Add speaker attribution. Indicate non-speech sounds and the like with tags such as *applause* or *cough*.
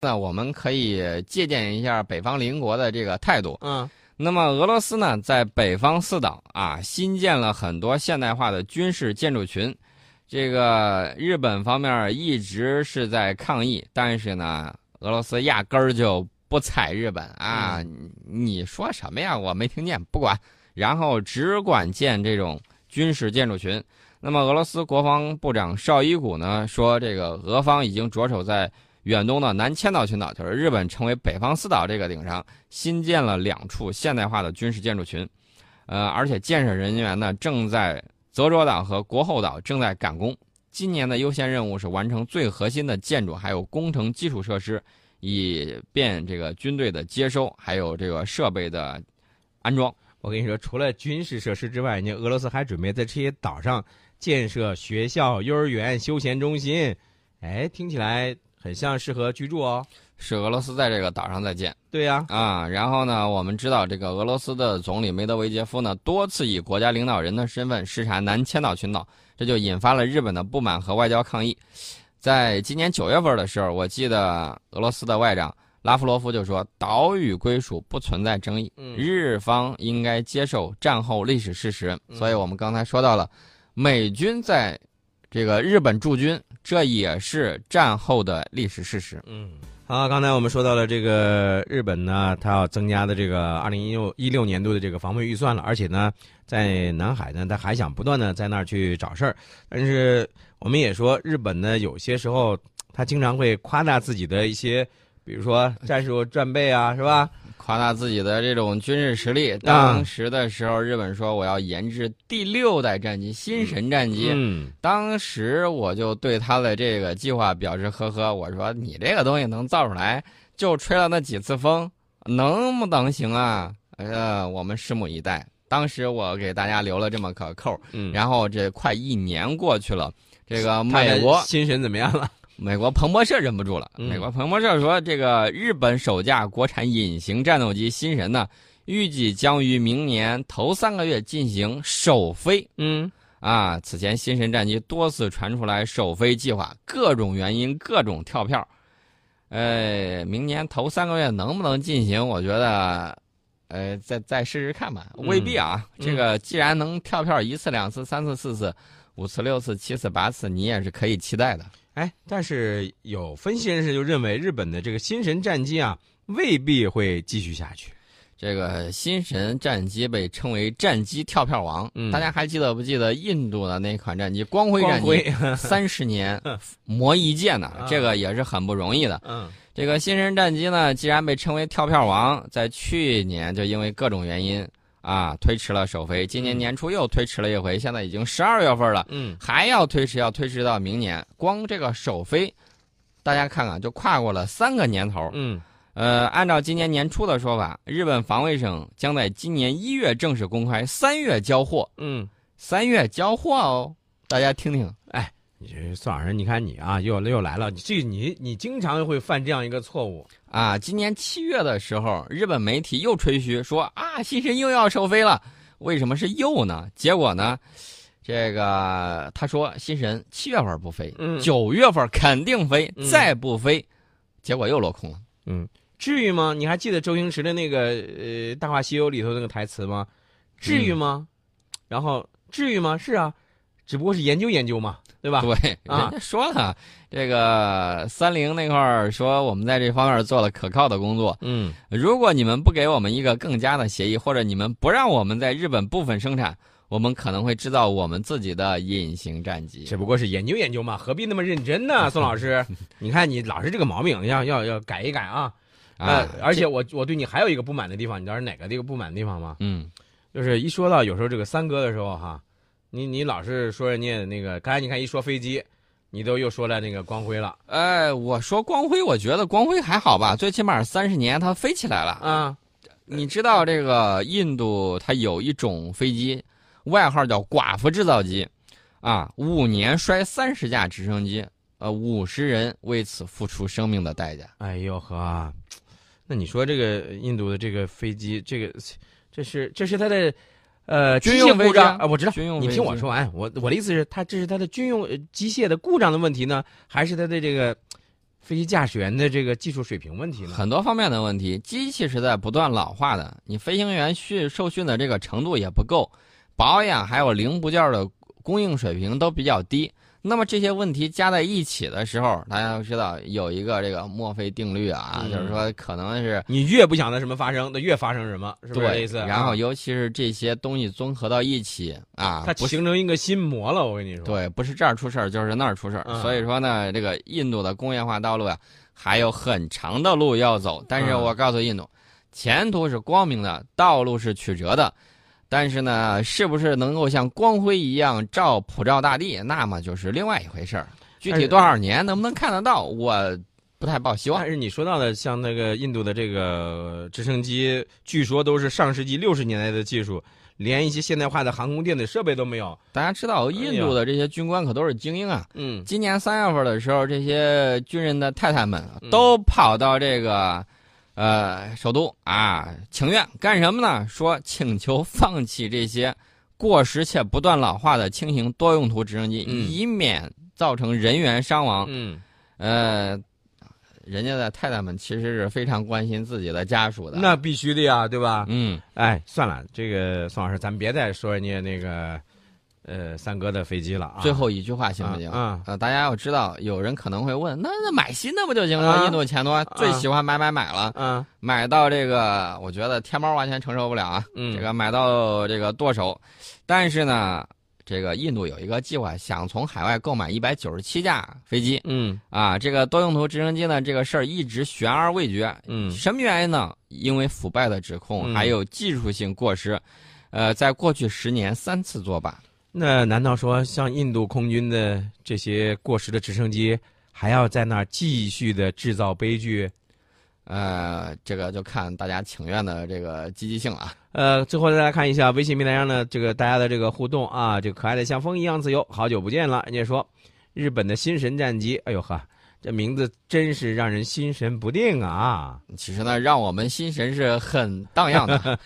Speaker 1: 呢，我们可以借鉴一下北方邻国的这个态度。
Speaker 2: 嗯
Speaker 1: 那么，俄罗斯呢，在北方四岛啊，新建了很多现代化的军事建筑群。这个日本方面一直是在抗议，但是呢，俄罗斯压根儿就不睬日本啊！你说什么呀？我没听见，不管，然后只管建这种军事建筑群。那么，俄罗斯国防部长绍伊古呢说，这个俄方已经着手在远东的南千岛群岛，就是日本成为北方四岛这个顶上，新建了两处现代化的军事建筑群，呃，而且建设人员呢正在泽卓岛和国后岛正在赶工。今年的优先任务是完成最核心的建筑还有工程基础设施，以便这个军队的接收还有这个设备的安装。
Speaker 2: 我跟你说，除了军事设施之外，人家俄罗斯还准备在这些岛上建设学校、幼儿园、休闲中心。哎，听起来很像适合居住哦。
Speaker 1: 是俄罗斯在这个岛上在建
Speaker 2: 对呀、
Speaker 1: 啊。然后呢，我们知道这个俄罗斯的总理梅德韦杰夫呢，多次以国家领导人的身份视察南千岛群岛，这就引发了日本的不满和外交抗议。在今年九月份的时候，我记得俄罗斯的外长拉夫罗夫就说，岛屿归属不存在争议，
Speaker 2: 嗯
Speaker 1: 日方应该接受战后历史事实。
Speaker 2: 嗯
Speaker 1: 所以我们刚才说到了，美军在这个日本驻军，这也是战后的历史事实。
Speaker 2: 嗯，好，刚才我们说到了这个日本呢，它要增加的这个二零一六一六年度的这个防卫预算了，而且呢，在南海呢，它还想不断的在那儿去找事儿。但是我们也说，日本呢，有些时候它经常会夸大自己的一些，比如说战术战备啊，是吧？
Speaker 1: 夸大自己的这种军事实
Speaker 2: 啊
Speaker 1: 力。当时的时候，日本说我要研制第六代战机“新神战机”，
Speaker 2: 嗯，
Speaker 1: 当时我就对他的这个计划表示呵呵，我说你这个东西能造出来，就吹了那几次风，能不能行啊？呃，我们拭目以待。当时我给大家留了这么个扣儿，
Speaker 2: 嗯
Speaker 1: 然后这快一年过去了，这个
Speaker 2: 它
Speaker 1: 美
Speaker 2: 的
Speaker 1: 国
Speaker 2: 心神怎么样了？
Speaker 1: 美国彭博社忍不住了。
Speaker 2: 嗯
Speaker 1: 美国彭博社说，这个日本首架国产隐形战斗机“新神”呢，预计将于明年头三个月进行首飞
Speaker 2: 嗯，
Speaker 1: 啊。此前，“新神”战机多次传出来首飞计划，各种原因，各种跳票。呃，明年头三个月能不能进行？我觉得，呃，再再试试看吧，
Speaker 2: 嗯
Speaker 1: 未必啊。
Speaker 2: 嗯
Speaker 1: 这个既然能跳票一次、两次、三次、四次、五次、六次、七次、八次，你也是可以期待的。
Speaker 2: 哎，但是有分析人士就认为，日本的这个新神战机啊，未必会继续下去。
Speaker 1: 这个新神战机被称为战机跳票王，
Speaker 2: 嗯
Speaker 1: 大家还记得不记得印度的那款战机光辉
Speaker 2: 光
Speaker 1: 战
Speaker 2: 辉嗯
Speaker 1: 机？，
Speaker 2: *laughs*
Speaker 1: 三十年磨一剑呢、
Speaker 2: 啊
Speaker 1: 这个也是很不容易的。
Speaker 2: 嗯。
Speaker 1: 这个新神战机呢，既然被称为跳票王，在去年就因为各种原因啊推迟了首飞，今年
Speaker 2: 嗯
Speaker 1: 年初又推迟了一回，现在已经十二月份了，
Speaker 2: 嗯
Speaker 1: 还要推迟，要推迟到明年。光这个首飞，大家看看就跨过了三个年头。
Speaker 2: 嗯
Speaker 1: 呃，按照今年年初的说法，日本防卫省将在今年一月正式公开，三月交货，
Speaker 2: 嗯，
Speaker 1: 三月交货哦，大家听听。
Speaker 2: 你这宋老师，你看你啊，又又来了，你这你你经常会犯这样一个错误。
Speaker 1: 啊，今年七月的时候，日本媒体又吹嘘说啊，新神又要首飞了。为什么是又呢？结果呢，这个他说新神七月份不飞，
Speaker 2: 嗯
Speaker 1: 九月份肯定飞，
Speaker 2: 嗯
Speaker 1: 再不飞，结果又落空了。
Speaker 2: 至于吗？你还记得周星驰的那个呃《大话西游》里头那个台词吗？至于吗？然后至于吗？是啊，只不过是研究研究嘛，对吧？
Speaker 1: 对，
Speaker 2: 啊
Speaker 1: 人家说了，这个三菱那块儿说我们在这方面做了可靠的工作。
Speaker 2: 嗯
Speaker 1: 如果你们不给我们一个更加的协议，或者你们不让我们在日本部分生产，我们可能会制造我们自己的隐形战机。
Speaker 2: 只不过是研究研究嘛，何必那么认真呢？宋老师，你看你老是这个毛病，要要要改一改啊！
Speaker 1: 啊
Speaker 2: 呃，而且我我对你还有一个不满的地方，你知道是哪个这个不满的地方吗？
Speaker 1: 嗯，
Speaker 2: 就是一说到有时候这个三哥的时候哈，你你老是说人家那个，刚才你看一说飞机，你都又说了那个光辉了
Speaker 1: 哎，我说光辉，我觉得光辉还好吧，最起码三十年它飞起来了。
Speaker 2: 啊，
Speaker 1: 你知道这个印度它有一种飞机，外号叫“寡妇制造机”，啊，五年摔三十架直升机，呃，五十人为此付出生命的代价。
Speaker 2: 哎呦呵，那你说这个印度的这个飞机，这个这是这是他的呃机
Speaker 1: 军用
Speaker 2: 械
Speaker 1: 飞
Speaker 2: 故
Speaker 1: 机啊
Speaker 2: 障啊，我知道，
Speaker 1: 军用
Speaker 2: 你
Speaker 1: 飞
Speaker 2: 听我
Speaker 1: 机
Speaker 2: 说完，我我的意思是，他这是他的军用呃机械的故障的问题呢，还是他的这个飞机驾驶员的这个技术水平问题呢？
Speaker 1: *laughs* 很多方面的问题，机器是在不断老化的，你飞行员训受训的这个程度也不够，保养还有零部件的供应水平都比较低。那么这些问题加在一起的时候，大家都知道有一个这个墨菲定律啊，
Speaker 2: 嗯
Speaker 1: 就是说可能是
Speaker 2: 你越不想它什么发生，它越发生什么，是不是这
Speaker 1: 对
Speaker 2: 意，思？
Speaker 1: 然后
Speaker 2: 啊
Speaker 1: 尤其是这些东西综合到一起啊，
Speaker 2: 它
Speaker 1: 不是
Speaker 2: 形成一个心魔了，我跟你说。
Speaker 1: 对，不是这儿出事儿就是那儿出事儿。
Speaker 2: 嗯
Speaker 1: 所以说呢，这个印度的工业化道路呀、啊还有很长的路要走。但是
Speaker 2: 嗯
Speaker 1: 我告诉印度，前途是光明的，道路是曲折的。但是呢，是不是能够像光辉一样照普照大地，那么就是另外一回事儿。具
Speaker 2: 但
Speaker 1: 体
Speaker 2: 是
Speaker 1: 多少年能不能看得到，我不太抱希望
Speaker 2: 但。是你说到的，像那个印度的这个直升机，据说都是上世纪六十年代的技术，连一些现代化的航空电子设备都没有。
Speaker 1: 大家知
Speaker 2: 哎
Speaker 1: 道，印度的这些军官可都是精英啊。
Speaker 2: 嗯，
Speaker 1: 今年三月份的时候，这些军人的太太们啊
Speaker 2: 嗯
Speaker 1: 都跑到这个，呃，首都啊请愿干什么呢？说请求放弃这些过时且不断老化的轻型多用途直升机，
Speaker 2: 嗯
Speaker 1: 以免造成人员伤亡。
Speaker 2: 嗯，
Speaker 1: 呃，人家的太太们其实是非常关心自己的家属的。
Speaker 2: 那必须的呀，对吧？
Speaker 1: 嗯，
Speaker 2: 哎，算了，这个宋老师，咱别再说人家那个，呃，三哥的飞机了啊。
Speaker 1: 最后一句话行不行？
Speaker 2: 啊，
Speaker 1: 呃，大家要知道，有人可能会问，那那买新的不就行了？
Speaker 2: 啊
Speaker 1: 印度钱多，最喜欢买买买了。
Speaker 2: 啊啊，
Speaker 1: 买到这个，我觉得天猫完全承受不了啊。
Speaker 2: 嗯，
Speaker 1: 这个买到这个剁手，但是呢，这个印度有一个计划，想从海外购买一百九十七架飞机
Speaker 2: 嗯
Speaker 1: 啊。这个多用途直升机呢，这个事儿一直悬而未决。
Speaker 2: 嗯
Speaker 1: 什么原因呢？因为腐败的指控，
Speaker 2: 嗯
Speaker 1: 还有技术性过失，呃，在过去十年三次作罢。
Speaker 2: 那难道说像印度空军的这些过时的直升机，还要在那儿继续的制造悲剧？
Speaker 1: 呃，这个就看大家请愿的这个积极性了啊。
Speaker 2: 呃，最后大家看一下微信平台上的这个大家的这个互动啊，这个可爱的像风一样自由，好久不见了。人家说，日本的新神战机，哎呦呵，这名字真是让人心神不定啊。
Speaker 1: 其实呢，让我们心神是很荡漾的。